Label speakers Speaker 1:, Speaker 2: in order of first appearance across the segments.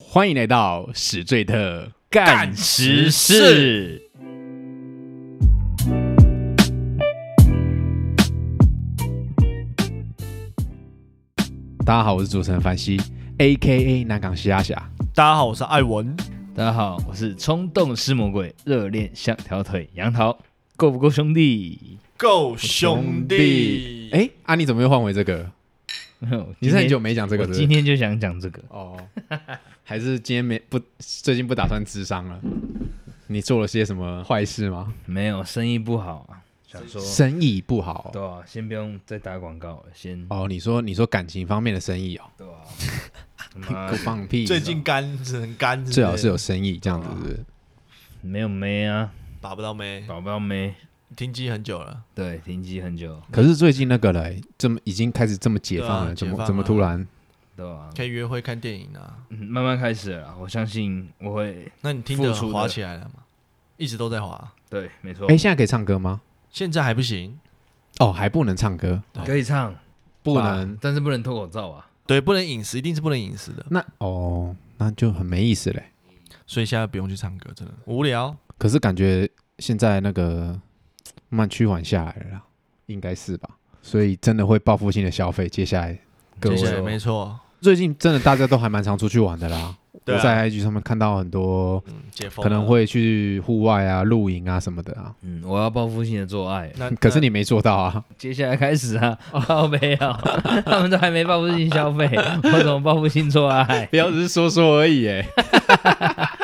Speaker 1: 欢迎来到史最特
Speaker 2: 干实事。
Speaker 1: 大家好，我是主持人凡西，A K A 南港西亚侠。
Speaker 2: 大家好，我是艾文。
Speaker 3: 大家好，我是冲动是魔鬼，热恋像条腿，杨桃够不够兄弟？
Speaker 2: 够兄弟，
Speaker 1: 哎、啊，你怎么又换回这个？你是很久没讲这
Speaker 3: 这
Speaker 1: 个是不是
Speaker 3: 哦今天就想讲这个。
Speaker 1: 哦， 还是今天没不最近不打算智商了？你做了些什么坏事吗？
Speaker 3: 没有生意不好啊，想说
Speaker 1: 生意不好
Speaker 3: 对啊，先不用再打广告了，先
Speaker 1: 哦？你说你说感情方面的生意哦？
Speaker 3: 对啊，他妈
Speaker 1: 够 放屁！
Speaker 2: 最近干只能干，
Speaker 1: 最好是
Speaker 2: 有
Speaker 1: 有生意这样子是不是，
Speaker 3: 没有妹啊，
Speaker 2: 打不到妹，
Speaker 3: 宝宝妹，
Speaker 2: 停机很久了。
Speaker 3: 对，停机很久，
Speaker 1: 可是最近那个嘞，这么已经开始这么解放
Speaker 2: 对
Speaker 1: 了，
Speaker 2: 啊
Speaker 1: 怎
Speaker 2: 解放
Speaker 1: 么
Speaker 2: 了
Speaker 1: 怎么突然？
Speaker 3: 对啊，
Speaker 2: 可以约会看电影啊？
Speaker 3: 嗯慢慢开始了啦，我相信我会，
Speaker 2: 那你听
Speaker 3: 付
Speaker 2: 着
Speaker 3: 出的
Speaker 2: 滑起来了吗？一直都在滑，
Speaker 3: 对，没错
Speaker 1: 哎，，现在可以唱歌吗？
Speaker 2: 现在还不行。
Speaker 1: 哦，还不能唱歌，啊
Speaker 3: 可以唱，
Speaker 1: 不能
Speaker 3: 吧。但是不能脱口罩啊，
Speaker 2: 对，不能饮食，一定是不能饮食的。
Speaker 1: 那哦，那就很没意思嘞。
Speaker 2: 所以现在不用去唱歌，真的无聊。
Speaker 1: 可是感觉现在那个慢慢趋缓下来了啦，应该是吧？所以真的会报复性的消费，接下来各
Speaker 2: 谢
Speaker 1: 位
Speaker 2: 谢，没错。
Speaker 1: 最近真的大家都还蛮常出去玩的啦。
Speaker 2: 对啊
Speaker 1: 我在 IG 上面看到很多
Speaker 2: 嗯，解封
Speaker 1: 可能
Speaker 2: 了。
Speaker 1: 会去户外啊、露营啊什么的啊，
Speaker 3: 嗯，我要报复性的做爱，
Speaker 2: 那
Speaker 1: 可是你没做到啊。
Speaker 3: 接下来开始啊， 报备啊，他们都还没报复性消费， 我怎么报复性做爱？
Speaker 1: 不要只是说说而已，哎。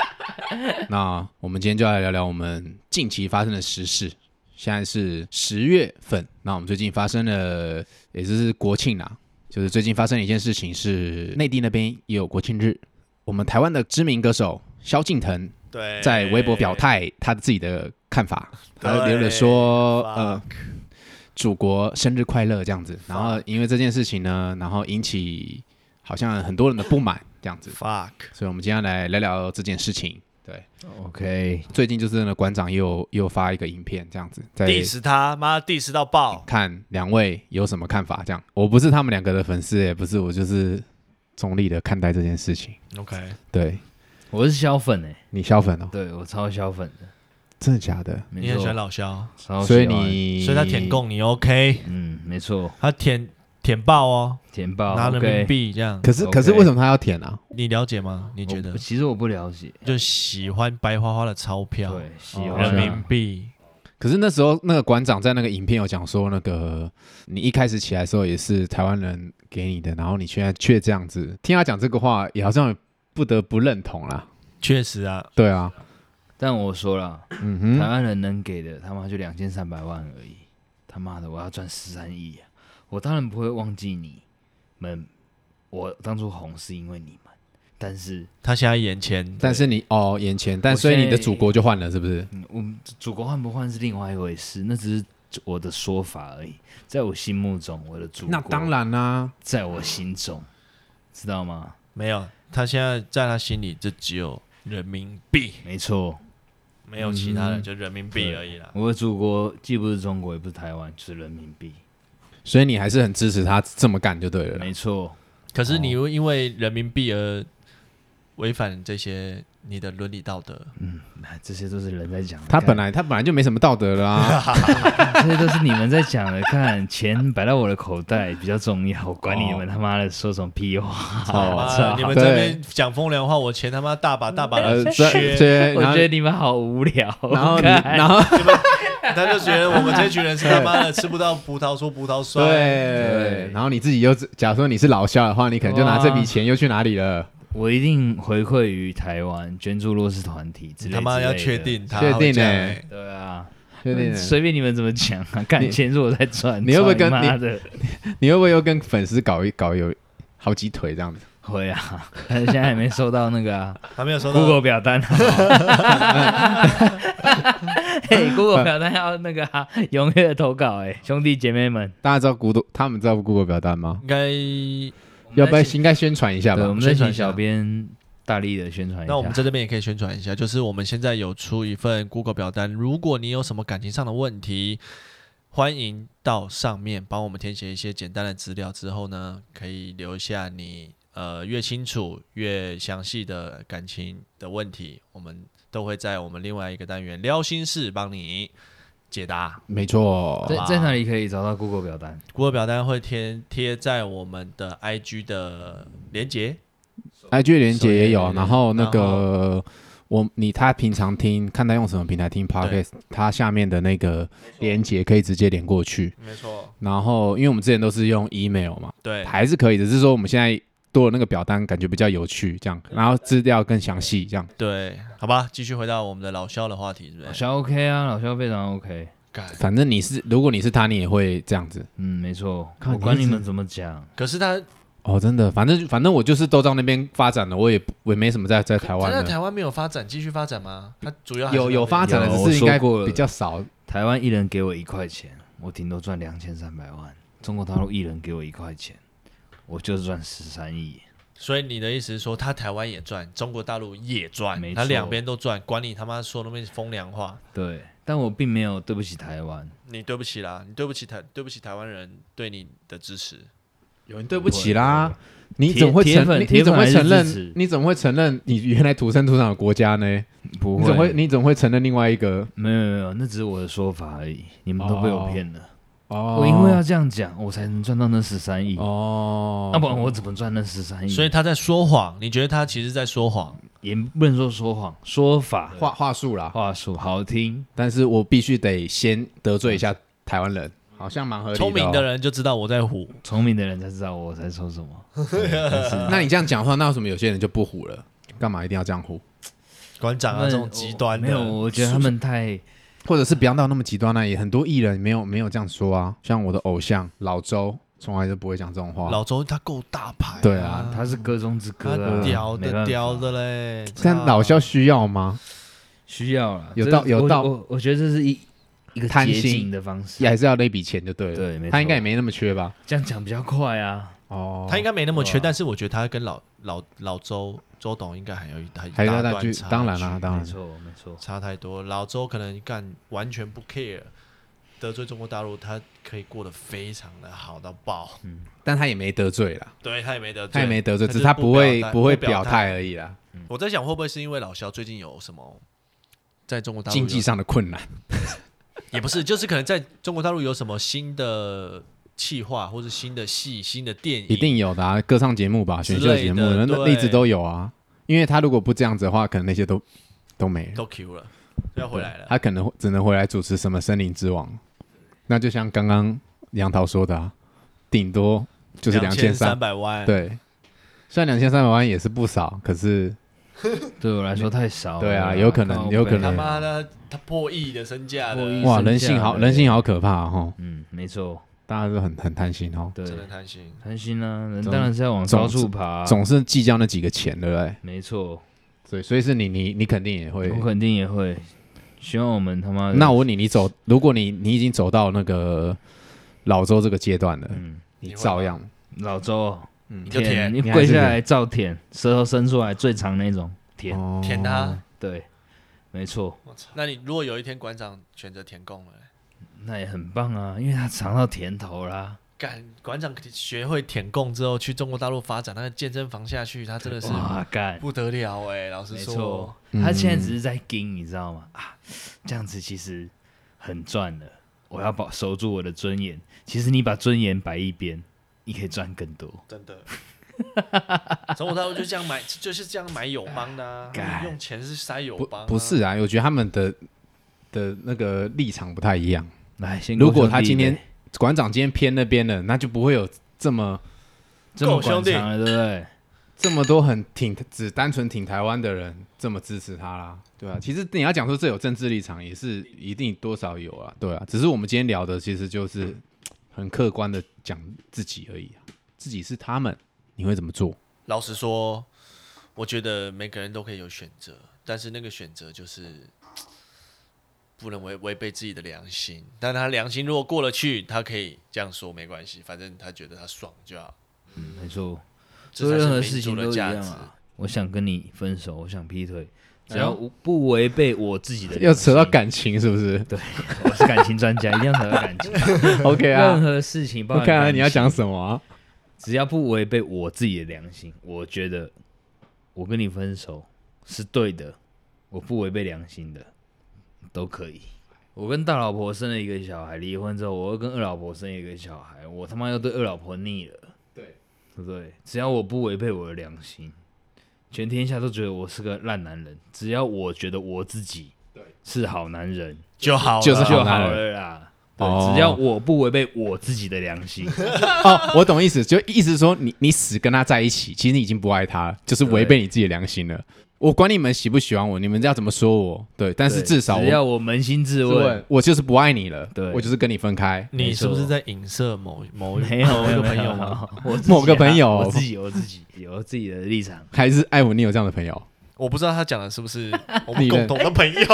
Speaker 1: 那我们今天就来聊聊我们近期发生的时事。现在是十月份，那我们最近发生了，也就是国庆啦，就是最近发生了一件事情是，内地那边也有国庆日。我们台湾的知名歌手萧敬腾
Speaker 2: 那对
Speaker 1: 在微博表，态他自己的看法，
Speaker 2: 对
Speaker 1: 他留了说，
Speaker 2: fuck
Speaker 1: 呃，祖国生日快乐这样子。然后因为这件事情呢，然后引起好像很多人的不满这样 子，
Speaker 2: fuck，
Speaker 1: 所以我们今天来聊聊这件事情。对，
Speaker 3: OK，
Speaker 1: 最近就是呢，馆长又又发一个影片这样子，在
Speaker 2: diss 他妈 diss 到爆，
Speaker 1: 看两位有什么看法这样。我不是他们两个的粉丝，也不是我就是中立的看待这件事情。
Speaker 2: OK，
Speaker 1: 对
Speaker 3: 我是消粉哎、
Speaker 1: 你消粉哦，
Speaker 3: 对我超消粉的，
Speaker 1: 真的假的？
Speaker 3: 没
Speaker 2: 你很喜欢
Speaker 3: 错，
Speaker 2: 老萧，
Speaker 3: 超喜欢
Speaker 1: 所以你
Speaker 2: 所以他舔，供你 OK，
Speaker 3: 嗯，没错，
Speaker 2: 他舔舔爆哦，
Speaker 3: 填报
Speaker 2: 拿人民
Speaker 3: OK，
Speaker 2: 币这样，
Speaker 1: 可是
Speaker 3: OK
Speaker 1: 可是为什么他要舔啊？
Speaker 2: 你了解吗？
Speaker 3: 你
Speaker 2: 你觉得
Speaker 3: 其实我不了解，
Speaker 2: 就喜欢白花花的钞票、
Speaker 3: 对，喜
Speaker 1: 哦
Speaker 3: 欢
Speaker 2: 人
Speaker 3: 啊
Speaker 2: 民币，
Speaker 1: 可是那时候那个馆长在那个影片有讲说，那个你一开始起来的时候也是台湾人给你的，然后你现在却这样子，听他讲这个话，也好像不得不认同啦。
Speaker 2: 确实啊，
Speaker 1: 对啊，
Speaker 3: 但我说了，
Speaker 1: 嗯
Speaker 3: 台
Speaker 1: 哼，
Speaker 3: 湾人能给的他妈就两千三百万而已，他妈的我要赚十三亿啊！我当然不会忘记你们，我当初红是因为你们，但是
Speaker 2: 他现在眼前，
Speaker 1: 但是你哦眼前，但
Speaker 3: 我
Speaker 1: 所以
Speaker 3: 现
Speaker 1: 你的
Speaker 3: 在
Speaker 1: 祖国就换了，是不是？
Speaker 3: 嗯，我们祖国换不换是另外一回事，那只是我的说法而已。在我心目中，我的祖国
Speaker 1: 那当，然啦、
Speaker 3: 在我心中，知道吗？
Speaker 2: 没有，他现在在他心里就只有人民币，
Speaker 3: 没错，
Speaker 2: 没有其他
Speaker 3: 嗯
Speaker 2: 的，就人民币而已啦。
Speaker 3: 我的祖国既不是中国，也不是台湾，就是人民币。
Speaker 1: 所以你还是很支持他这么干就对啊了啦。
Speaker 3: 没错，
Speaker 2: 可
Speaker 3: 哦
Speaker 2: 是你又因为人民币而违反这些你的伦理道德，
Speaker 3: 那哎这些都是人在讲的。
Speaker 1: 他本
Speaker 3: 来
Speaker 1: 来他本来就没什么道德啦、
Speaker 3: 这些都是你们在讲的。看，钱摆到我的口袋比较重要，我管你们他妈的说什么屁话。
Speaker 1: 哦
Speaker 2: 妈
Speaker 3: 是啊
Speaker 2: 的你们
Speaker 1: 对
Speaker 2: 这边讲风凉话，我钱他妈大把大把
Speaker 1: 呃，
Speaker 2: 的
Speaker 1: 所以所
Speaker 2: 缺，
Speaker 1: 以
Speaker 3: 我
Speaker 1: 然后
Speaker 3: 觉得你们好无聊。
Speaker 1: 然后你
Speaker 3: 看
Speaker 1: 然后
Speaker 2: 他就觉得我们这群人是他妈的吃不到葡萄说葡萄酸，
Speaker 1: 对，然后你自己又假如说你是老肖的话，你可能就拿这笔钱又去哪里了？
Speaker 3: 我一定回馈于台湾捐助弱势团体之
Speaker 2: 你
Speaker 3: 类。
Speaker 2: 他妈
Speaker 3: 之类
Speaker 2: 要
Speaker 3: 的
Speaker 2: 确。定他
Speaker 1: 确定
Speaker 2: 会这样
Speaker 1: 欸
Speaker 2: 欸
Speaker 3: 对啊，
Speaker 1: 对对对。
Speaker 3: 随便你们怎么讲啊，干钱是我在赚，
Speaker 1: 你会不会跟
Speaker 3: 操妈的？
Speaker 1: 你会不会又跟粉丝搞一搞有好几腿这样子？
Speaker 3: 会啊，但是现在还没收到那个啊
Speaker 2: 还没有 收到。
Speaker 3: Google 表单啊。 嘿，Google 表单要那个啊，踊跃投稿哎，兄弟姐妹们，
Speaker 1: 大家知道 Google 他们知道 Google 表单吗？
Speaker 2: 应该，
Speaker 1: 要不要应该宣传一下
Speaker 3: 对，我
Speaker 1: 吧？
Speaker 3: 们再请小编大力的宣传一下。
Speaker 2: 那我们在这边也可以宣传一下，就是我们现在有出一份 Google 表单，如果你有什么感情上的问题，欢迎到上面帮我们填写一些简单的资料之后呢，可以留下你呃越清楚、越详细的感情的问题，我们都会在我们另外一个单元撩心事帮你解答。
Speaker 1: 没错，哦
Speaker 3: 在在哪里可以找到 Google 表单？
Speaker 2: Google 表单会贴贴在我们的 IG 的连接，
Speaker 1: IG 连接也
Speaker 2: 首
Speaker 1: 有，啊
Speaker 2: 页
Speaker 1: 然后那
Speaker 2: 然
Speaker 1: 个我你他平常听看他用什么平台听 podcast，他下面的那个连接可以直接连过去。
Speaker 2: 没错，
Speaker 1: 然后因为我们之前都是用 email 嘛，
Speaker 2: 对，
Speaker 1: 还是可以，只是说我们现在多了那个表单，感觉比较有趣，这样，然后资料更详细，这样。
Speaker 2: 对，好吧，继续回到我们的老肖的话题，是不
Speaker 3: 老
Speaker 2: 是？
Speaker 3: 肖 OK 啊，老肖非常 OK。
Speaker 2: 干
Speaker 1: 反正你是，如果你是他，你也会这样子。
Speaker 3: 嗯，没错，
Speaker 1: 看
Speaker 3: 我
Speaker 1: 你
Speaker 3: 管
Speaker 1: 一
Speaker 3: 你
Speaker 1: 直
Speaker 3: 们怎么讲，
Speaker 2: 可是他
Speaker 1: 哦，真的，反正反正我就是都到那边发展了，我也不我也没什么在在台湾
Speaker 2: 他在
Speaker 1: 的，
Speaker 2: 台湾没有发展，继续发展吗？他主要还是
Speaker 1: 有有发展了，
Speaker 3: 有
Speaker 1: 只是应
Speaker 3: 我
Speaker 1: 该
Speaker 3: 说过了
Speaker 1: 比较少。
Speaker 3: 台湾一人给我一块钱，我顶多赚两千三百万；中国大陆一人给我一块钱，我就赚十三亿。
Speaker 2: 所以你的意思是说，他台湾也赚，中国大陆也赚
Speaker 3: 没，错
Speaker 2: 他两边都赚，管你他妈说那边风凉话，
Speaker 3: 对，但我并没有对不起台湾，
Speaker 2: 你对不起啦，你对不起台，对不起台湾人对你的支持。
Speaker 1: 有人对不起啦，你
Speaker 3: 铁
Speaker 1: 怎么会
Speaker 3: 铁
Speaker 1: 承
Speaker 3: 粉
Speaker 1: 你
Speaker 3: 铁
Speaker 1: 你怎
Speaker 3: 粉
Speaker 1: 么会承
Speaker 3: 还是支持
Speaker 1: 认？你怎么会承认你原来土生土长的国家呢？
Speaker 3: 不
Speaker 1: 你怎么会你怎么会承认另外一个？
Speaker 3: 没有没有没有，那只是我的说法而已，你们都被我骗了。
Speaker 1: 哦，
Speaker 3: 我因为要这样讲，我才能赚到那十三亿，
Speaker 1: 哦，
Speaker 3: 要不然我怎么赚那十三亿？
Speaker 2: 所以他在说谎，你觉得他其实在说谎？
Speaker 3: 也不能说说谎，说法
Speaker 1: 话话术啦，
Speaker 3: 话术好听，
Speaker 1: 但是我必须得先得罪一下台湾人，好像蛮合理
Speaker 2: 聪明的
Speaker 1: 哦。
Speaker 2: 人就知道我在唬，
Speaker 3: 聪明的人才知道我在说什么。
Speaker 1: 那你这样讲的话，那为什么有些人就不唬了？干嘛一定要这样唬？
Speaker 2: 馆长啊
Speaker 3: 那
Speaker 2: 这种极端的，
Speaker 3: 没有，我觉得他们太
Speaker 1: 或者是不要到那么极端啊了、也很多艺人没有没有这样说啊，像我的偶像老周，从来就不会讲这种话。
Speaker 2: 老哎周他够大牌、
Speaker 1: 对啊，
Speaker 3: 他是歌中之歌
Speaker 2: 他
Speaker 3: 啊，
Speaker 2: 屌
Speaker 3: 没办
Speaker 2: 的
Speaker 3: 法
Speaker 2: 屌的嘞。
Speaker 1: 但老肖需要吗？
Speaker 3: 需要了，
Speaker 1: 有
Speaker 3: 这
Speaker 1: 道有
Speaker 3: 我
Speaker 1: 道
Speaker 3: 我我觉得这是一一个
Speaker 1: 贪
Speaker 3: 捷
Speaker 1: 心
Speaker 3: 径的方式
Speaker 1: 也，还是要那笔钱就对了。
Speaker 3: 对没错
Speaker 1: 他应该也没那么缺吧？
Speaker 3: 这样讲比较快啊。
Speaker 1: 哦，
Speaker 2: 他应该没那么缺，
Speaker 3: 对啊
Speaker 2: 但是我觉得他跟老老老周周董应该还有一还
Speaker 1: 还是要
Speaker 2: 大
Speaker 1: 大
Speaker 2: 段
Speaker 1: 剧
Speaker 2: 差，距，
Speaker 1: 当然啦、啊当
Speaker 3: 没
Speaker 1: 然。
Speaker 3: 错，没错，
Speaker 2: 差太多。老周可能干完全不 care，得罪中国大陆，他可以过得非常的好到爆。
Speaker 1: 但他也没得罪啦，
Speaker 2: 对他也没得罪，
Speaker 1: 嗯他也没得罪，
Speaker 2: 他
Speaker 1: 只
Speaker 2: 就是
Speaker 1: 他不
Speaker 2: 不
Speaker 1: 会
Speaker 2: 表态
Speaker 1: 不会
Speaker 2: 不表
Speaker 1: 表态而已啦。
Speaker 2: 我在想会不会是因为老肖最近有什么在中国大陆有
Speaker 1: 经济上的困难，
Speaker 2: 也不是，就是可能在中国大陆有什么新的企划或者新的戏、新的电影，
Speaker 1: 一定有的啊，歌唱节目吧，
Speaker 2: 之
Speaker 1: 选
Speaker 2: 类的
Speaker 1: 秀节目，那那
Speaker 2: 对
Speaker 1: 一直都有啊。因为他如果不这样子的话，可能那些都都没了。
Speaker 2: 都 Q 了，要回来
Speaker 1: 对
Speaker 2: 了。
Speaker 1: 他可能会只能回来主持什么《森林之王》，那就像刚刚杨桃说的、啊，顶多就是两
Speaker 2: 千
Speaker 1: 千
Speaker 2: 三
Speaker 1: 三，
Speaker 2: 百万，
Speaker 1: 对。虽然两千三百万也是不少，可是
Speaker 3: 对我来说太少了。
Speaker 1: 对啊有可能
Speaker 3: 靠
Speaker 1: 有可
Speaker 3: 背
Speaker 1: 能
Speaker 2: 他妈的，他破亿的身价
Speaker 3: 破亿
Speaker 2: 的，
Speaker 1: 哇，
Speaker 3: 身价
Speaker 1: 人性好，
Speaker 3: 对
Speaker 1: 人性好可怕哈、哦！
Speaker 3: 嗯，没错，
Speaker 1: 大家都很很贪心哦，
Speaker 3: 对，
Speaker 2: 真的贪心。
Speaker 3: 贪心啊，人
Speaker 1: 总
Speaker 3: 当然是要往高处爬啊。
Speaker 1: 总是计较那几个钱，对不对？
Speaker 3: 没错，
Speaker 1: 所以，所以是你，你，你肯定也会。
Speaker 3: 我肯定也会。希望我们他妈的
Speaker 1: 那我问你，你走，如果你你已经走到那个老周这个阶段了，
Speaker 3: 嗯
Speaker 1: 你照样
Speaker 3: 老周
Speaker 2: 你就
Speaker 3: 舔，
Speaker 2: 舔
Speaker 3: 你
Speaker 1: 你还
Speaker 3: 跪
Speaker 1: 是
Speaker 3: 下
Speaker 1: 舔
Speaker 3: 来照舔，舌头伸出来最长那种舔。
Speaker 1: 哦
Speaker 2: 舔他。
Speaker 3: 对，没错，
Speaker 2: 那你如果有一天馆长选择填供了，
Speaker 3: 那也很棒啊，因为他尝到甜头啦。
Speaker 2: 干馆长学会舔供之后，去中国大陆发展那个健身房下去，他真的是
Speaker 3: 哇，干！
Speaker 2: 不得了哎、老实
Speaker 3: 没
Speaker 2: 说
Speaker 3: 错，，
Speaker 1: 嗯
Speaker 3: 他现在只是在盯，你知道吗？啊，这样子其实很赚的。我要保守住我的尊严。其实你把尊严摆一边，你可以赚更多。
Speaker 2: 真的。中国大陆就这样买，就是这样买友邦的、啊，
Speaker 3: 干
Speaker 2: 用钱是塞友
Speaker 1: 不
Speaker 2: 邦、啊
Speaker 1: 不是啊，我觉得他们的的那个立场不太一样。
Speaker 3: 来，先
Speaker 1: 哎如
Speaker 3: 跟
Speaker 1: 果
Speaker 3: 我兄
Speaker 1: 他
Speaker 3: 弟
Speaker 1: 今天
Speaker 3: 呗
Speaker 1: 馆长今天偏那边了，那就不会有这么
Speaker 3: 这么
Speaker 2: 够兄
Speaker 3: 管
Speaker 2: 弟
Speaker 3: 长了，对不对？
Speaker 1: 这么多很挺只单纯挺台湾的人这么支持他啦，对啊。其实你要讲说这有政治立场，也是一定多少有啊，对啊。只是我们今天聊的其实就是很客观的讲自己而已啊，自己是他们，你会怎么做？
Speaker 2: 老实说，我觉得每个人都可以有选择，但是那个选择就是不能违违背自己的良心。但他良心如果过了去，他可以这样说没关系，反正他觉得他爽就好。
Speaker 3: 嗯没错，
Speaker 2: 这
Speaker 3: 做任
Speaker 2: 才
Speaker 3: 何
Speaker 2: 是
Speaker 3: 事
Speaker 2: 民主
Speaker 3: 情
Speaker 2: 的
Speaker 3: 都一
Speaker 2: 价
Speaker 3: 样
Speaker 2: 值。
Speaker 3: 啊。我想跟你分手，我想劈腿，只
Speaker 1: 哎
Speaker 3: 要
Speaker 1: 呦
Speaker 3: 我不违背我自 己的良心。
Speaker 1: 要扯到感情是不是
Speaker 3: 我是感情专家，一定要扯到感情。
Speaker 1: ？OK
Speaker 3: 任
Speaker 1: 啊
Speaker 3: 何事情，包含
Speaker 1: ，OK 啊，
Speaker 3: 感
Speaker 1: 你要
Speaker 3: 情
Speaker 1: 讲什么啊、
Speaker 3: 只要不违背我自己的良心，我觉得我跟你分手是对的，我不违背良心的，都可以。我跟大老婆生了一个小孩，离婚之后，我又跟二老婆生一个小孩，我他妈又对二老婆腻了，
Speaker 1: 对，
Speaker 3: 对不对？只要我不违背我的良心，全天下都觉得我是个烂男人。只要我觉得我自己
Speaker 1: 对
Speaker 3: 是好男人，
Speaker 2: 就好了，
Speaker 1: 就是
Speaker 3: 就好
Speaker 1: 好男人
Speaker 3: 了啦。对，
Speaker 1: 哦
Speaker 3: 只要我不违背我自己的良心，
Speaker 1: 哦，我懂意思，就意思是说你你死跟他在一起，其实你已经不爱他了，就是违背你自己的良心了。我管你们喜不喜欢我，你们要怎么说我，对，但是
Speaker 3: 对
Speaker 1: 至少
Speaker 3: 只
Speaker 1: 我
Speaker 3: 要我扪心自
Speaker 1: 自
Speaker 3: 问
Speaker 1: 问，我就是不爱你了，
Speaker 3: 对
Speaker 1: 我就是跟你分开。
Speaker 2: 你是不
Speaker 3: 没
Speaker 2: 是
Speaker 3: 错
Speaker 2: 在影射某某
Speaker 3: 没
Speaker 2: 一
Speaker 3: 有
Speaker 2: 某一个
Speaker 3: 没有
Speaker 2: 朋友
Speaker 3: 没有
Speaker 2: 吗？
Speaker 3: 我自己啊
Speaker 1: 某个朋友
Speaker 3: 我自己我自己 有自己的立场。
Speaker 1: 还是艾文，你有这样的朋友？
Speaker 2: 我不知道他讲的是不 是我
Speaker 1: 你
Speaker 2: 们
Speaker 1: 的
Speaker 2: 共同的朋友，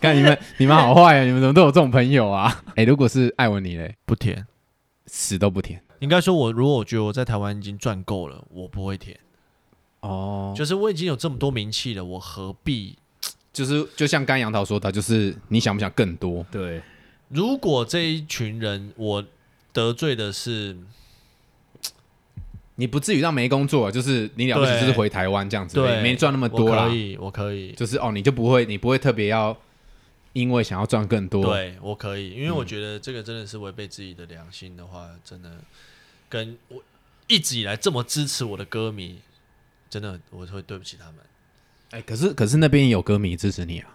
Speaker 1: 看你们，你们好坏啊！你们怎么都有这种朋友啊？ 哎、如果是艾文你嘞，
Speaker 2: 不甜。
Speaker 1: 死都不填
Speaker 2: 应该说我，如果我觉得我在台湾已经赚够了，我不会舔。
Speaker 1: 哦。
Speaker 2: 就是我已经有这么多名气了，我何必？
Speaker 1: 就是就像刚杨桃说的，就是你想不想更多？
Speaker 3: 对，
Speaker 2: 如果这一群人我得罪的是，
Speaker 1: 你不至于让没工作，啊就是你了不起
Speaker 2: 对
Speaker 1: 就是回台湾这样子而已，
Speaker 2: 对
Speaker 1: 没赚那么多
Speaker 2: 我
Speaker 1: 啦
Speaker 2: 可。以，我可以，
Speaker 1: 就是哦，你就不会，你不会特别要因为想要赚更多，，嗯
Speaker 2: 对我可以，因为我觉得这个真的是违背自己的良心的话，真的跟我一直以来这么支持我的歌迷，真的我会对不起他们。
Speaker 1: 哎、可是可是那边也有歌迷支持你啊，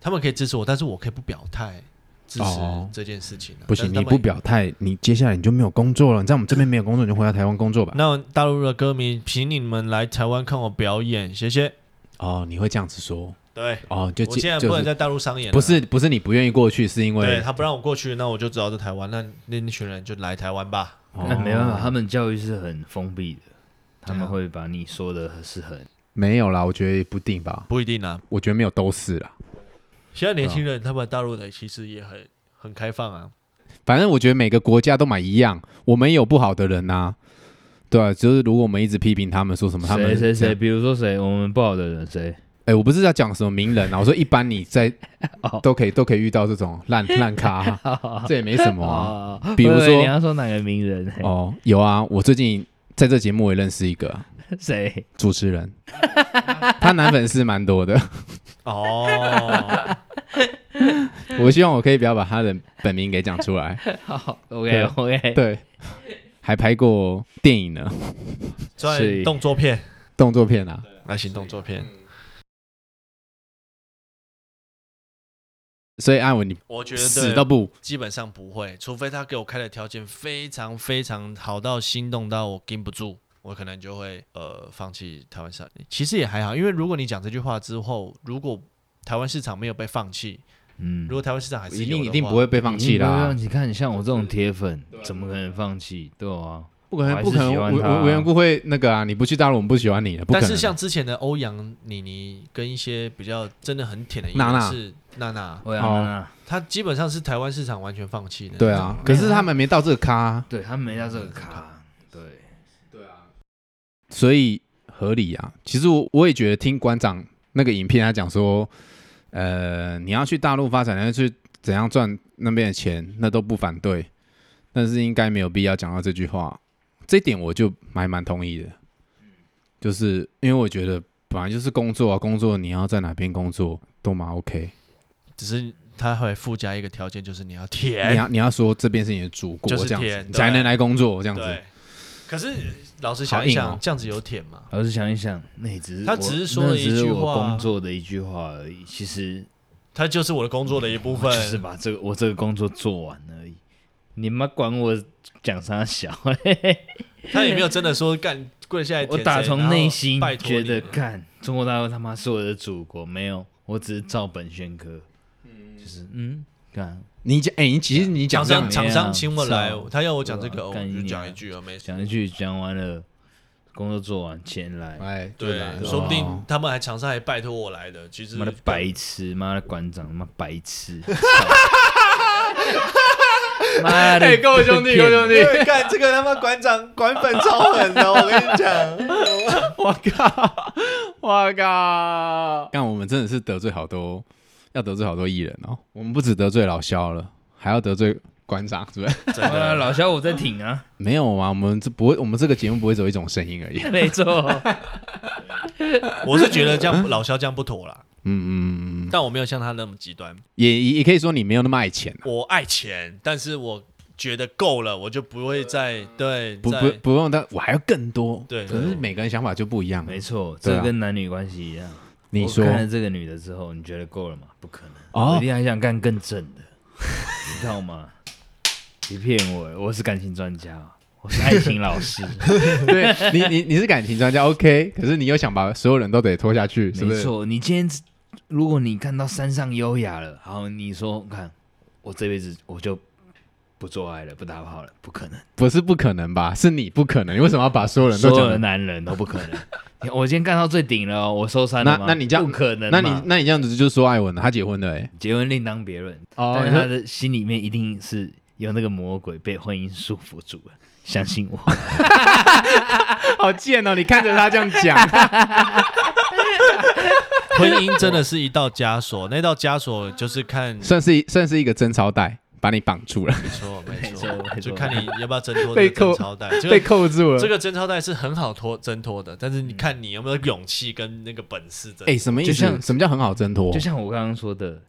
Speaker 2: 他们可以支持我，但是我可以不表态支持
Speaker 1: 哦
Speaker 2: 这件事情、啊
Speaker 1: 不
Speaker 2: 但
Speaker 1: 行，
Speaker 2: 是他
Speaker 1: 你
Speaker 2: 们
Speaker 1: 不表态，你接下来你就没有工作了，你在我们这边没有工作，你就回到台湾工作吧。
Speaker 2: 那大陆的歌迷，请你们来台湾看我表演，谢谢。
Speaker 1: 哦，你会这样子说，
Speaker 2: 对，
Speaker 1: 哦，就
Speaker 2: 我现在
Speaker 1: 就
Speaker 2: 不能
Speaker 1: 是
Speaker 2: 在大陆商演了，
Speaker 1: 不是不是你不愿意过去，是因
Speaker 2: 对
Speaker 1: 为
Speaker 2: 他不让我过去，那我就只好在台湾。那那那群人就来台湾吧。
Speaker 1: 哦
Speaker 3: 那哎没办法，他们教育是很封闭的，他们会把你说的是很
Speaker 1: 没有啦，我觉得不定吧，
Speaker 2: 不一定啊。
Speaker 1: 我觉得没有都是啦，
Speaker 2: 现在年轻人他们大陆的其实也很很开放啊。
Speaker 1: 反正我觉得每个国家都蛮一样，我们也有不好的人呐、对啊，就是如果我们一直批评他们说什么，他们
Speaker 3: 谁谁
Speaker 1: 这
Speaker 3: 谁，
Speaker 1: 样
Speaker 3: 比如说谁，我们不好的人 谁，
Speaker 1: 哎、我不是在讲什么名人啊，我说一般你 在
Speaker 3: 哦
Speaker 1: 都可以都可以遇到这种 烂烂咖，这也没什么啊。
Speaker 3: 哦，
Speaker 1: 比如
Speaker 3: 我以为
Speaker 1: 说
Speaker 3: 你要说哪个名人， 嘿
Speaker 1: 哦，有啊，我最近在这节目也认识一个啊
Speaker 3: 谁
Speaker 1: 主持人，他男粉丝蛮多的。
Speaker 2: 哦，
Speaker 1: 我希望我可以不要把他的本名给讲出来。
Speaker 3: ？OK OK，
Speaker 1: 对，还拍过电影呢，
Speaker 2: 算
Speaker 3: 是
Speaker 2: 动作片，
Speaker 1: 动作片啊。
Speaker 2: 来行动作片。
Speaker 1: 所以艾文，你
Speaker 2: 我觉
Speaker 1: 死都
Speaker 2: 得
Speaker 1: 不
Speaker 2: 基本上不会，除非他给我开的条件非常非常好到心动到我禁不住，我可能就会呃放弃台湾市场。其实也还好，因为如果你讲这句话之后，如果台湾市场没有被放弃，
Speaker 3: 嗯
Speaker 2: 如，果台湾市场还是
Speaker 1: 一
Speaker 2: 有
Speaker 1: 定
Speaker 2: 的
Speaker 1: 一定
Speaker 2: 话
Speaker 1: 不会被放弃啊
Speaker 3: 你不会
Speaker 1: 啦
Speaker 3: 放，弃啊看你像我这种铁粉，怎么可能放弃？对啊，
Speaker 1: 不可能不可
Speaker 3: 我还是
Speaker 1: 能
Speaker 3: 喜欢
Speaker 1: 无
Speaker 3: 他啊
Speaker 1: 无无缘故会那个啊，你不去大陆我们不喜欢你的，不可
Speaker 2: 但
Speaker 1: 能。
Speaker 2: 是像之前的欧阳妮妮跟一些比较真的很舔的艺
Speaker 1: 娜
Speaker 2: 人
Speaker 1: 娜
Speaker 2: 是娜娜，
Speaker 3: 欧阳
Speaker 1: 哦
Speaker 3: 娜娜，
Speaker 2: 她基本上是台湾市场完全放弃的。
Speaker 1: 对啊，可是他们没到这个咖啊、
Speaker 3: 对他没到这个卡，对，
Speaker 1: 所以合理啊。其实我我也觉得听馆长那个影片，他讲说，呃，你要去大陆发展，你要去怎样赚那边的钱，那都不反对，但是应该没有必要讲到这句话。这一点我就还蛮同意的，就是因为我觉得本来就是工作啊，工作你要在哪边工作都蛮 OK，
Speaker 2: 只是她会附加一个条件，就是你要
Speaker 1: 你
Speaker 2: 舔。
Speaker 1: 要你要说这边是你的祖国
Speaker 2: 就是
Speaker 1: 这样
Speaker 2: 舔
Speaker 1: 子，
Speaker 2: 对
Speaker 1: 你才能来工作这样子。
Speaker 2: 对，可是老实
Speaker 1: 好
Speaker 2: 想一
Speaker 1: 硬
Speaker 2: 想，
Speaker 1: 哦
Speaker 2: 这样子有舔吗？
Speaker 3: 老实想一想，那也只是
Speaker 2: 他
Speaker 3: 我
Speaker 2: 只是说
Speaker 3: 那
Speaker 2: 了一
Speaker 3: 只是
Speaker 2: 句
Speaker 3: 我
Speaker 2: 话
Speaker 3: 工作的一句话而已，其实
Speaker 2: 它就是我的工作的一部
Speaker 3: 我
Speaker 2: 分
Speaker 3: 就。是把这个我这个工作做完而已。你妈管我讲啥小，
Speaker 2: 他也没有真的说干跪下来舔
Speaker 3: 我
Speaker 2: 谁。
Speaker 3: 打从内心
Speaker 2: 然后拜托
Speaker 3: 觉
Speaker 2: 你
Speaker 3: 得
Speaker 2: 了
Speaker 3: 干中国大陆他妈是我的祖国，没有，我只是照本宣科，就是嗯干
Speaker 1: 你讲，哎、你其实你讲
Speaker 2: 厂
Speaker 1: 这样
Speaker 2: 商
Speaker 3: 没
Speaker 2: 厂商
Speaker 3: 啊
Speaker 2: 请我
Speaker 3: 操
Speaker 2: 来，他要我讲这
Speaker 3: 对
Speaker 2: 个，
Speaker 3: 啊
Speaker 2: 我
Speaker 3: 干你
Speaker 2: 就讲一
Speaker 3: 娘
Speaker 2: 句啊，没事。
Speaker 3: 讲一句讲完了，工作做完钱来，
Speaker 1: 哎，
Speaker 2: 对
Speaker 1: 啦，
Speaker 2: 说不定
Speaker 1: 哦
Speaker 2: 他们还厂商还拜托我来的，其实
Speaker 3: 妈的白痴，妈的馆长，妈白痴，操妈的，
Speaker 1: 哎各位兄弟各位兄弟
Speaker 2: 因为干这个他妈馆长管粉超狠的，我跟你讲，
Speaker 1: 我靠！我靠！但我们真的是得罪好多，要得罪好多艺人哦。我们不止得罪老肖了，还要得罪观察，是不 是？
Speaker 2: 真
Speaker 3: 啊，
Speaker 2: 的。
Speaker 3: 老肖我在 挺啊，
Speaker 1: 没有啊，我们这不会，我们这个节目不会只有一种声音而已。
Speaker 3: 没错，
Speaker 2: 我是觉得这样老肖这样不妥啦，
Speaker 1: 嗯嗯嗯嗯，
Speaker 2: 但我没有像他那么极端。
Speaker 1: 也也也可以说你没有那么爱钱、啊，
Speaker 2: 我爱钱，但是我觉得够了，我就不会再对
Speaker 1: 不
Speaker 2: 再
Speaker 1: 不不用，但我还要更多。
Speaker 2: 对
Speaker 1: 可是每个人想法就不一样。
Speaker 3: 没错，
Speaker 1: 对啊
Speaker 3: 这跟男女关系一样。
Speaker 1: 你说
Speaker 3: 我看了这个女的之后，你觉得够了吗？不可能，
Speaker 1: 哦
Speaker 3: 我一定还想干更正的， 你知道吗？别骗我，我是感情专家，我是爱情老师，
Speaker 1: 对你你你是感情专家 OK，可是你又想把所有人都得拖下去， 是不
Speaker 3: 没
Speaker 1: 是？
Speaker 3: 错。你今天只如果你看到山上优雅了，好，你说看，我这辈子我就不做爱了，不打炮了，不可能，
Speaker 1: 不是不可能吧？是你不可能，你为什么要把所有人都
Speaker 3: 所有
Speaker 1: 讲
Speaker 3: 的
Speaker 1: 得？
Speaker 3: 男人都不可 能。你看我今天干到最顶了哦，我收山了
Speaker 1: 那
Speaker 3: 吗
Speaker 1: 那你这样
Speaker 3: 不可能嘛，
Speaker 1: 那你那你这样子就说艾文了，他结婚了哎、
Speaker 3: 结婚另当别论。
Speaker 1: 哦
Speaker 3: 但是他的心里面一定是有那个魔鬼被婚姻束缚住了，相信我。
Speaker 1: 好贱哦！你看着他这样 讲，
Speaker 2: 婚姻真的是一道枷锁，那道枷锁就 是看没
Speaker 1: 算是一算是一个贞操带，把你绑住了，
Speaker 2: 错没
Speaker 3: 错没错
Speaker 2: 就看你要不要挣脱这
Speaker 1: 被
Speaker 2: 个贞
Speaker 1: 扣
Speaker 2: 操带。这
Speaker 1: 被
Speaker 2: 个
Speaker 1: 扣住了。
Speaker 2: 这个贞操带是很好脱挣脱的，但是你看你有没有勇气跟那个本事的。
Speaker 1: 哎、什么意
Speaker 3: 就
Speaker 1: 思？
Speaker 3: 像
Speaker 1: 什么叫很好挣脱
Speaker 3: 就？像我刚刚说的，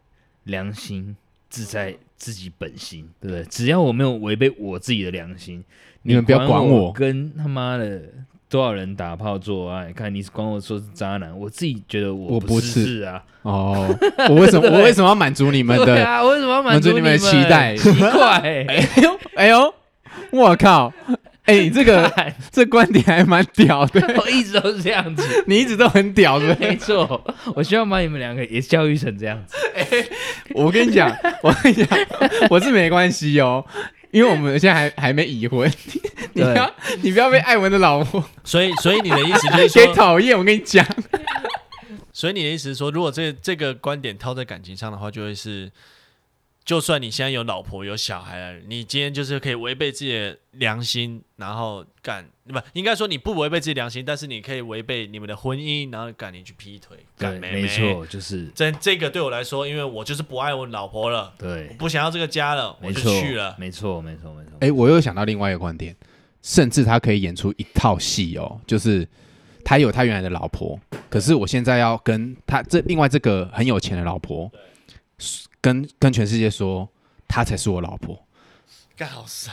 Speaker 3: 良心自在自己本心，对不对？只要我没有违背我自己的良心，
Speaker 1: 你们不要
Speaker 3: 管
Speaker 1: 管我
Speaker 3: 跟他妈的多少人打炮做爱，看你管我说是渣男，我自己觉得我
Speaker 1: 我不是
Speaker 3: 是是啊，
Speaker 1: 哦，我为什么
Speaker 3: 对
Speaker 1: 我为什么要满足你们
Speaker 3: 对
Speaker 1: 的？
Speaker 3: 啊，为什么要
Speaker 1: 满
Speaker 3: 满
Speaker 1: 足
Speaker 3: 足
Speaker 1: 你们
Speaker 3: 们
Speaker 1: 的期待
Speaker 3: 奇怪、 欸，
Speaker 1: 哎呦哎呦，我靠！哎、你这个这观点还蛮屌的，
Speaker 3: 我一直都是这样子。
Speaker 1: 你一直都很屌的。
Speaker 3: 没错，我希望把你们两个也教育成这样子。
Speaker 1: 我跟你讲，我跟你讲，我是没关系哦，因为我们现在还还没已婚，你不要你不要被艾文的老婆
Speaker 2: 所以所以你的意思 就是
Speaker 1: 给
Speaker 2: 说，
Speaker 1: 讨厌。我跟你讲，
Speaker 2: 所以你的意思是说，如果这这个观点套在感情上的话，就会是，就算你现在有老婆有小孩了，你今天就是可以违背自己的良心，然后干不应该说你不违背自己良心，但是你可以违背你们的婚姻，然后干你去劈腿，干妹妹
Speaker 3: 没。错，就是
Speaker 2: 这这个对我来说，因为我就是不爱我老婆了，
Speaker 3: 对，
Speaker 2: 不想要这个家了，我
Speaker 3: 没
Speaker 2: 就
Speaker 3: 错，
Speaker 2: 去了。
Speaker 3: 没错，没错，没错。
Speaker 1: 哎、我又想到另外一个观点，甚至他可以演出一套戏哦，就是他有他原来的老婆，可是我现在要跟他这另外这个很有钱的老婆，跟跟全世界说，她才是我老婆，
Speaker 2: 干好傻，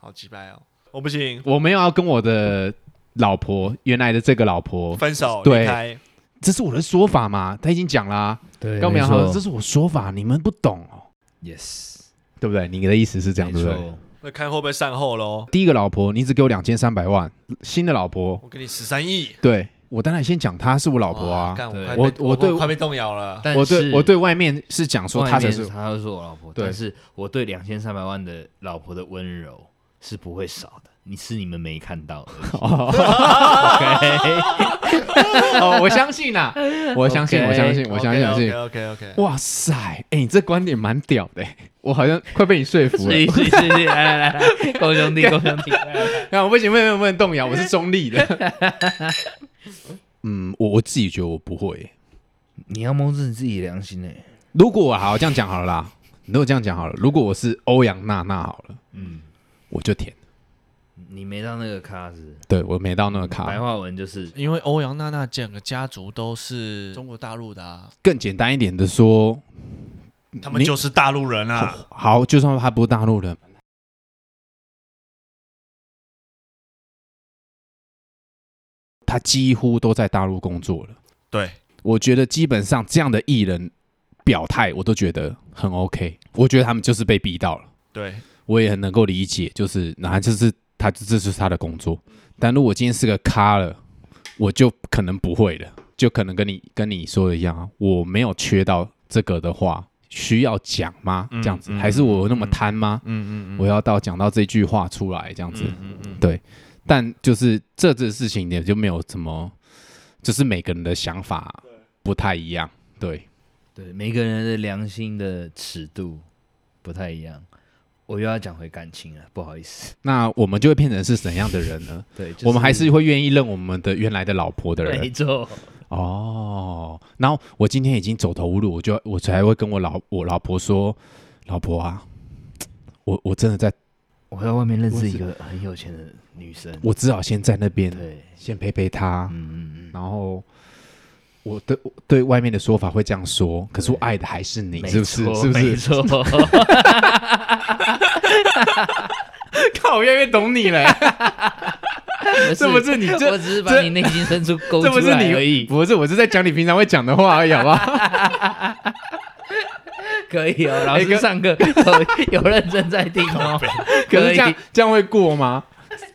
Speaker 2: 好鸡掰哦！我不行，
Speaker 1: 我没有要跟我的老婆原来的这个老婆，
Speaker 2: 分手
Speaker 1: 对
Speaker 2: 离开。
Speaker 1: 这是我的说法嘛，他已经讲啦、
Speaker 3: 对
Speaker 1: 高
Speaker 3: 没
Speaker 1: 明啊
Speaker 3: 错
Speaker 1: 说这是我说法，你们不懂哦，
Speaker 3: yes，
Speaker 1: 对不对？你的意思是这样，
Speaker 3: 没
Speaker 1: 对不对？
Speaker 3: 错，
Speaker 2: 那看会不会善后喽？
Speaker 1: 第一个老婆，你只给我两千三百万，新的老婆，
Speaker 2: 我给你十三亿。
Speaker 1: 对我当然先讲她是我老婆
Speaker 2: 哇
Speaker 1: 啊，
Speaker 2: 干
Speaker 3: 对
Speaker 2: 我快
Speaker 1: 我
Speaker 2: 被
Speaker 1: 我对
Speaker 2: 快被动摇了。
Speaker 3: 但
Speaker 1: 我对
Speaker 3: 是
Speaker 1: 我对外面是讲说她
Speaker 3: 外
Speaker 1: 才
Speaker 3: 面
Speaker 1: 是，
Speaker 3: 她就是我老婆，
Speaker 1: 对
Speaker 3: 但是我对两千三百万的老婆的温柔是不会少的，你是你们没看到而已。OK，
Speaker 1: 哦，我相信 呐，我相信，
Speaker 3: OK，
Speaker 1: 我相信，我相信，相信
Speaker 2: OK OK OK。
Speaker 1: 哇塞，哎，你这观点蛮屌的，我好像快被你说服了
Speaker 3: 是。是是是，来来来来，够兄弟够兄弟，来来来
Speaker 1: 啊，我不行，不能不能动摇，我是中立的。嗯，我我自己觉得我不会。
Speaker 3: 你要摸着你自己良心欸呢。
Speaker 1: 如果我好这样讲好了啦，如果这样讲好了，如果我是欧阳娜娜好了，
Speaker 3: 嗯，
Speaker 1: 我就舔。
Speaker 3: 你没到那个咖子，
Speaker 1: 对我没到那个
Speaker 3: 白
Speaker 1: 卡，
Speaker 3: 话文就是
Speaker 2: 因为欧阳娜娜整个家族都是中国大陆的啊，
Speaker 1: 更简单一点的说，
Speaker 2: 他们就是大陆人啊。
Speaker 1: 好，就算他不是大陆人，他几乎都在大陆工作了。
Speaker 2: 对，
Speaker 1: 我觉得基本上这样的艺人表态，我都觉得很 OK。我觉得他们就是被逼到了，
Speaker 2: 对，
Speaker 1: 我也很能够理解，就是那就是他这这就是他的工作。但如果今天是个咖了，我就可能不会了，就可能跟你跟你说的一样啊，我没有缺到这个的话，需要讲吗？这样子，
Speaker 2: 嗯嗯
Speaker 1: 还是我有那么贪吗？
Speaker 2: 嗯嗯
Speaker 1: 我要到讲到这句话出来这样子。
Speaker 2: 嗯嗯
Speaker 1: 对但就是这件事情也就没有什么，就是每个人的想法不太一样。对，
Speaker 3: 对每个人的良心的尺度不太一样。我又要讲回感情了，不好意思。
Speaker 1: 那我们就会变成是怎样的人 呢？
Speaker 3: 对，就
Speaker 1: 我们还是会愿意认我们的原来的老婆的
Speaker 3: 没
Speaker 1: 人
Speaker 3: 错，
Speaker 1: 哦。然后我今天已经走投无路，我就我才会跟我老我老婆说，老婆啊，我我真的在，
Speaker 3: 我在外面认识一个很有钱的女生，
Speaker 1: 我只好先在那边
Speaker 3: 对，
Speaker 1: 先陪陪他，
Speaker 3: 嗯嗯
Speaker 1: 然后我对我对外面的说法会这样说，可是我爱的还是你，
Speaker 3: 嗯，
Speaker 1: 是不是
Speaker 3: 没？
Speaker 1: 是
Speaker 3: 错
Speaker 1: 不
Speaker 3: 没
Speaker 1: 是？
Speaker 3: 错，
Speaker 1: 靠，我越来越懂你 了，这不是你这
Speaker 3: 我只是把你内心深处勾
Speaker 1: 这不
Speaker 3: 出
Speaker 1: 是
Speaker 3: 来而
Speaker 1: 你，
Speaker 3: 已，
Speaker 1: 不是，我是在讲你平常会讲的话而已，好不 好？
Speaker 3: 可以哦，老
Speaker 1: 哎
Speaker 3: 师
Speaker 1: 哥
Speaker 3: 上课有有 认真在听 哦，
Speaker 1: 可
Speaker 3: 可
Speaker 1: 是
Speaker 3: 以
Speaker 1: 这，样这样会过 吗？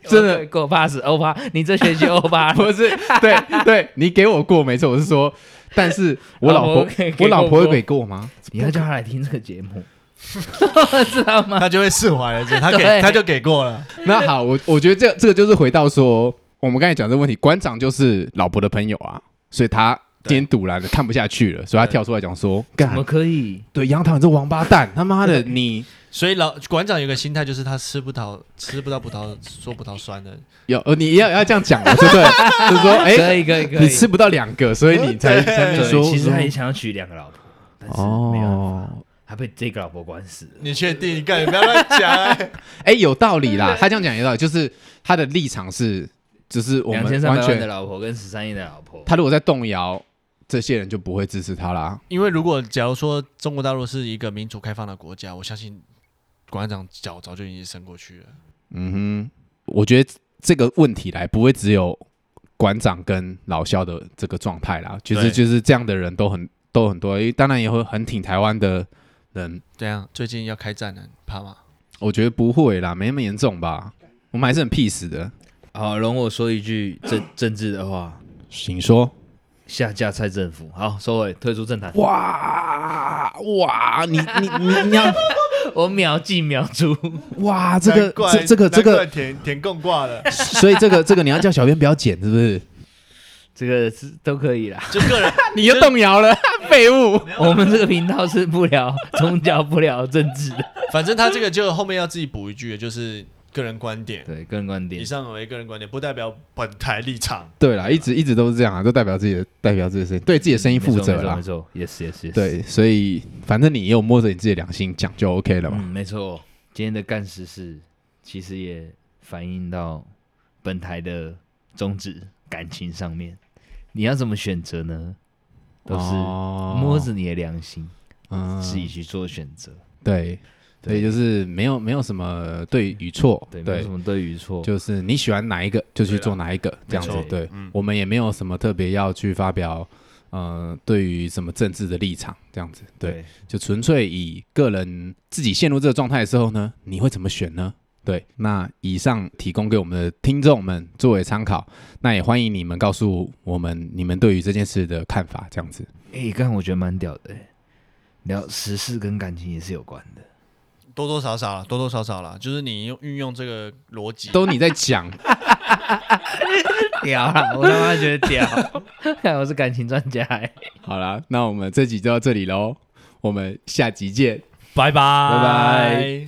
Speaker 1: 真的
Speaker 3: 给我 pass 欧巴，你这学期欧 巴
Speaker 1: 不是，对对，你给我过没错，我是说，但是我老
Speaker 3: 老
Speaker 1: 婆
Speaker 3: 婆可以，给
Speaker 1: 我老
Speaker 3: 我
Speaker 1: 婆会
Speaker 3: 哦过
Speaker 1: 给过吗？
Speaker 3: 你要叫他来听这个节目， 知道吗？
Speaker 2: 他就会释怀了，是不是 他
Speaker 3: 对
Speaker 2: 给他就给过了，
Speaker 1: 那好，我我觉得这这个就是回到说，我们刚才讲这个问题，馆长就是老婆的朋友啊，所以他
Speaker 2: 对
Speaker 1: 今天堵了，看不下去了，所以他
Speaker 2: 对
Speaker 1: 跳出来讲说，
Speaker 3: 怎么
Speaker 1: 干，
Speaker 3: 可以？
Speaker 1: 对杨桃你这王八蛋，他妈的你
Speaker 2: 所以老馆长有个心态就是他吃不到吃不到葡萄说葡萄酸的，
Speaker 1: 有呃你要要这样讲了，对不对？就是说，
Speaker 3: 可
Speaker 1: 哎，
Speaker 3: 以可以可以，
Speaker 1: 你吃不到两个，所以你才才
Speaker 3: 对
Speaker 1: 能说
Speaker 3: 其实他也
Speaker 1: 说
Speaker 3: 想要娶两个老婆，但是没有，啊
Speaker 1: 哦，
Speaker 3: 他被这个老婆管死了。
Speaker 2: 你确定？你干，你不要乱 讲、哎
Speaker 1: 哎，有道理啦，他这样讲有道理，就是他的立场是，就是我们
Speaker 3: 两千三
Speaker 1: 完
Speaker 3: 百万的
Speaker 1: 全，
Speaker 3: 老婆跟十三亿的老婆，
Speaker 1: 他如果在动摇，这些人就不会支持他啦。
Speaker 2: 因为如果假如说中国大陆是一个民主开放的国家，我相信馆长脚早就已经伸过去了。
Speaker 1: 嗯哼，我觉得这个问题来不会只有馆长跟老肖的这个状态啦，其实
Speaker 2: 对
Speaker 1: 就是这样的人都很都很多，因为当然也会很挺台湾的人，
Speaker 2: 怎样？啊最近要开战了，你怕吗？
Speaker 1: 我觉得不会啦，没那么严重吧，我们还是很 peace 的。
Speaker 3: 好，容我说一句 政政治的话，
Speaker 1: 请说。
Speaker 3: 下架蔡政府。好，收回，退出政坛。
Speaker 1: 哇哇，你你你你 要
Speaker 3: 我秒进秒出，
Speaker 1: 哇这个这这个这个，
Speaker 2: 舔舔共挂了，
Speaker 1: 所以这个这个你要叫小编不要剪是不是？
Speaker 3: 这个是都可以啦。
Speaker 2: 就个人
Speaker 1: 你又动摇了， 废物。
Speaker 3: 我们这个频道是不 聊宗教，不聊政治的。
Speaker 2: 反正他这个就后面要自己补一句，就是个人观点。
Speaker 3: 对，个人观
Speaker 2: 以
Speaker 3: 点。
Speaker 2: 上为个人观点，不代表本台立场。
Speaker 1: 对啦，一直一直都是这样啊，都代表自己的代表自己的声音，对自己的声音负责啦
Speaker 3: 没。错，yes yes yes。
Speaker 1: 对，所以反正你也有摸着你自己的良心讲就 OK 了嘛。
Speaker 3: 嗯，没错。今天的干实事其实也反映到本台的宗旨感情上面。你要怎么选择呢？都是摸
Speaker 1: 摸
Speaker 3: 着你的良心，
Speaker 1: 哦嗯
Speaker 3: 自己去做选择。
Speaker 1: 对，所以就是没有没有什么对与错，
Speaker 3: 对，没有什么对与错。
Speaker 1: 就是你喜欢哪一个就去做哪一个这样子
Speaker 3: 没错。嗯
Speaker 1: 对，我们也没有什么特别要去发表，呃，对于什么政治的立场这样子。对，
Speaker 3: 对，
Speaker 1: 就纯粹以个人自己陷入这个状态的时候呢，你会怎么选呢？对，那以上提供给我们的听众们作为参考，那也欢迎你们告诉我们你们对于这件事的看法，这样子。
Speaker 3: 哎，刚刚我觉得蛮屌的欸，聊时事跟感情也是有关的。
Speaker 2: 多多少少啦，多多少少啦，就是你用运用这个逻辑，
Speaker 1: 都你在讲，
Speaker 3: 屌啦，我他妈觉得 屌，看我是感情专家欸。
Speaker 1: 好啦，那我们这集就到这里喽，我们下集见。
Speaker 2: 拜拜
Speaker 1: 拜拜。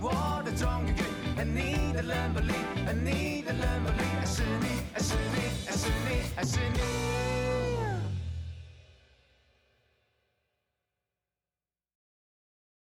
Speaker 4: 我的终于，你的冷不吝，你的冷不吝，爱是你，爱是你，爱是你，爱是你。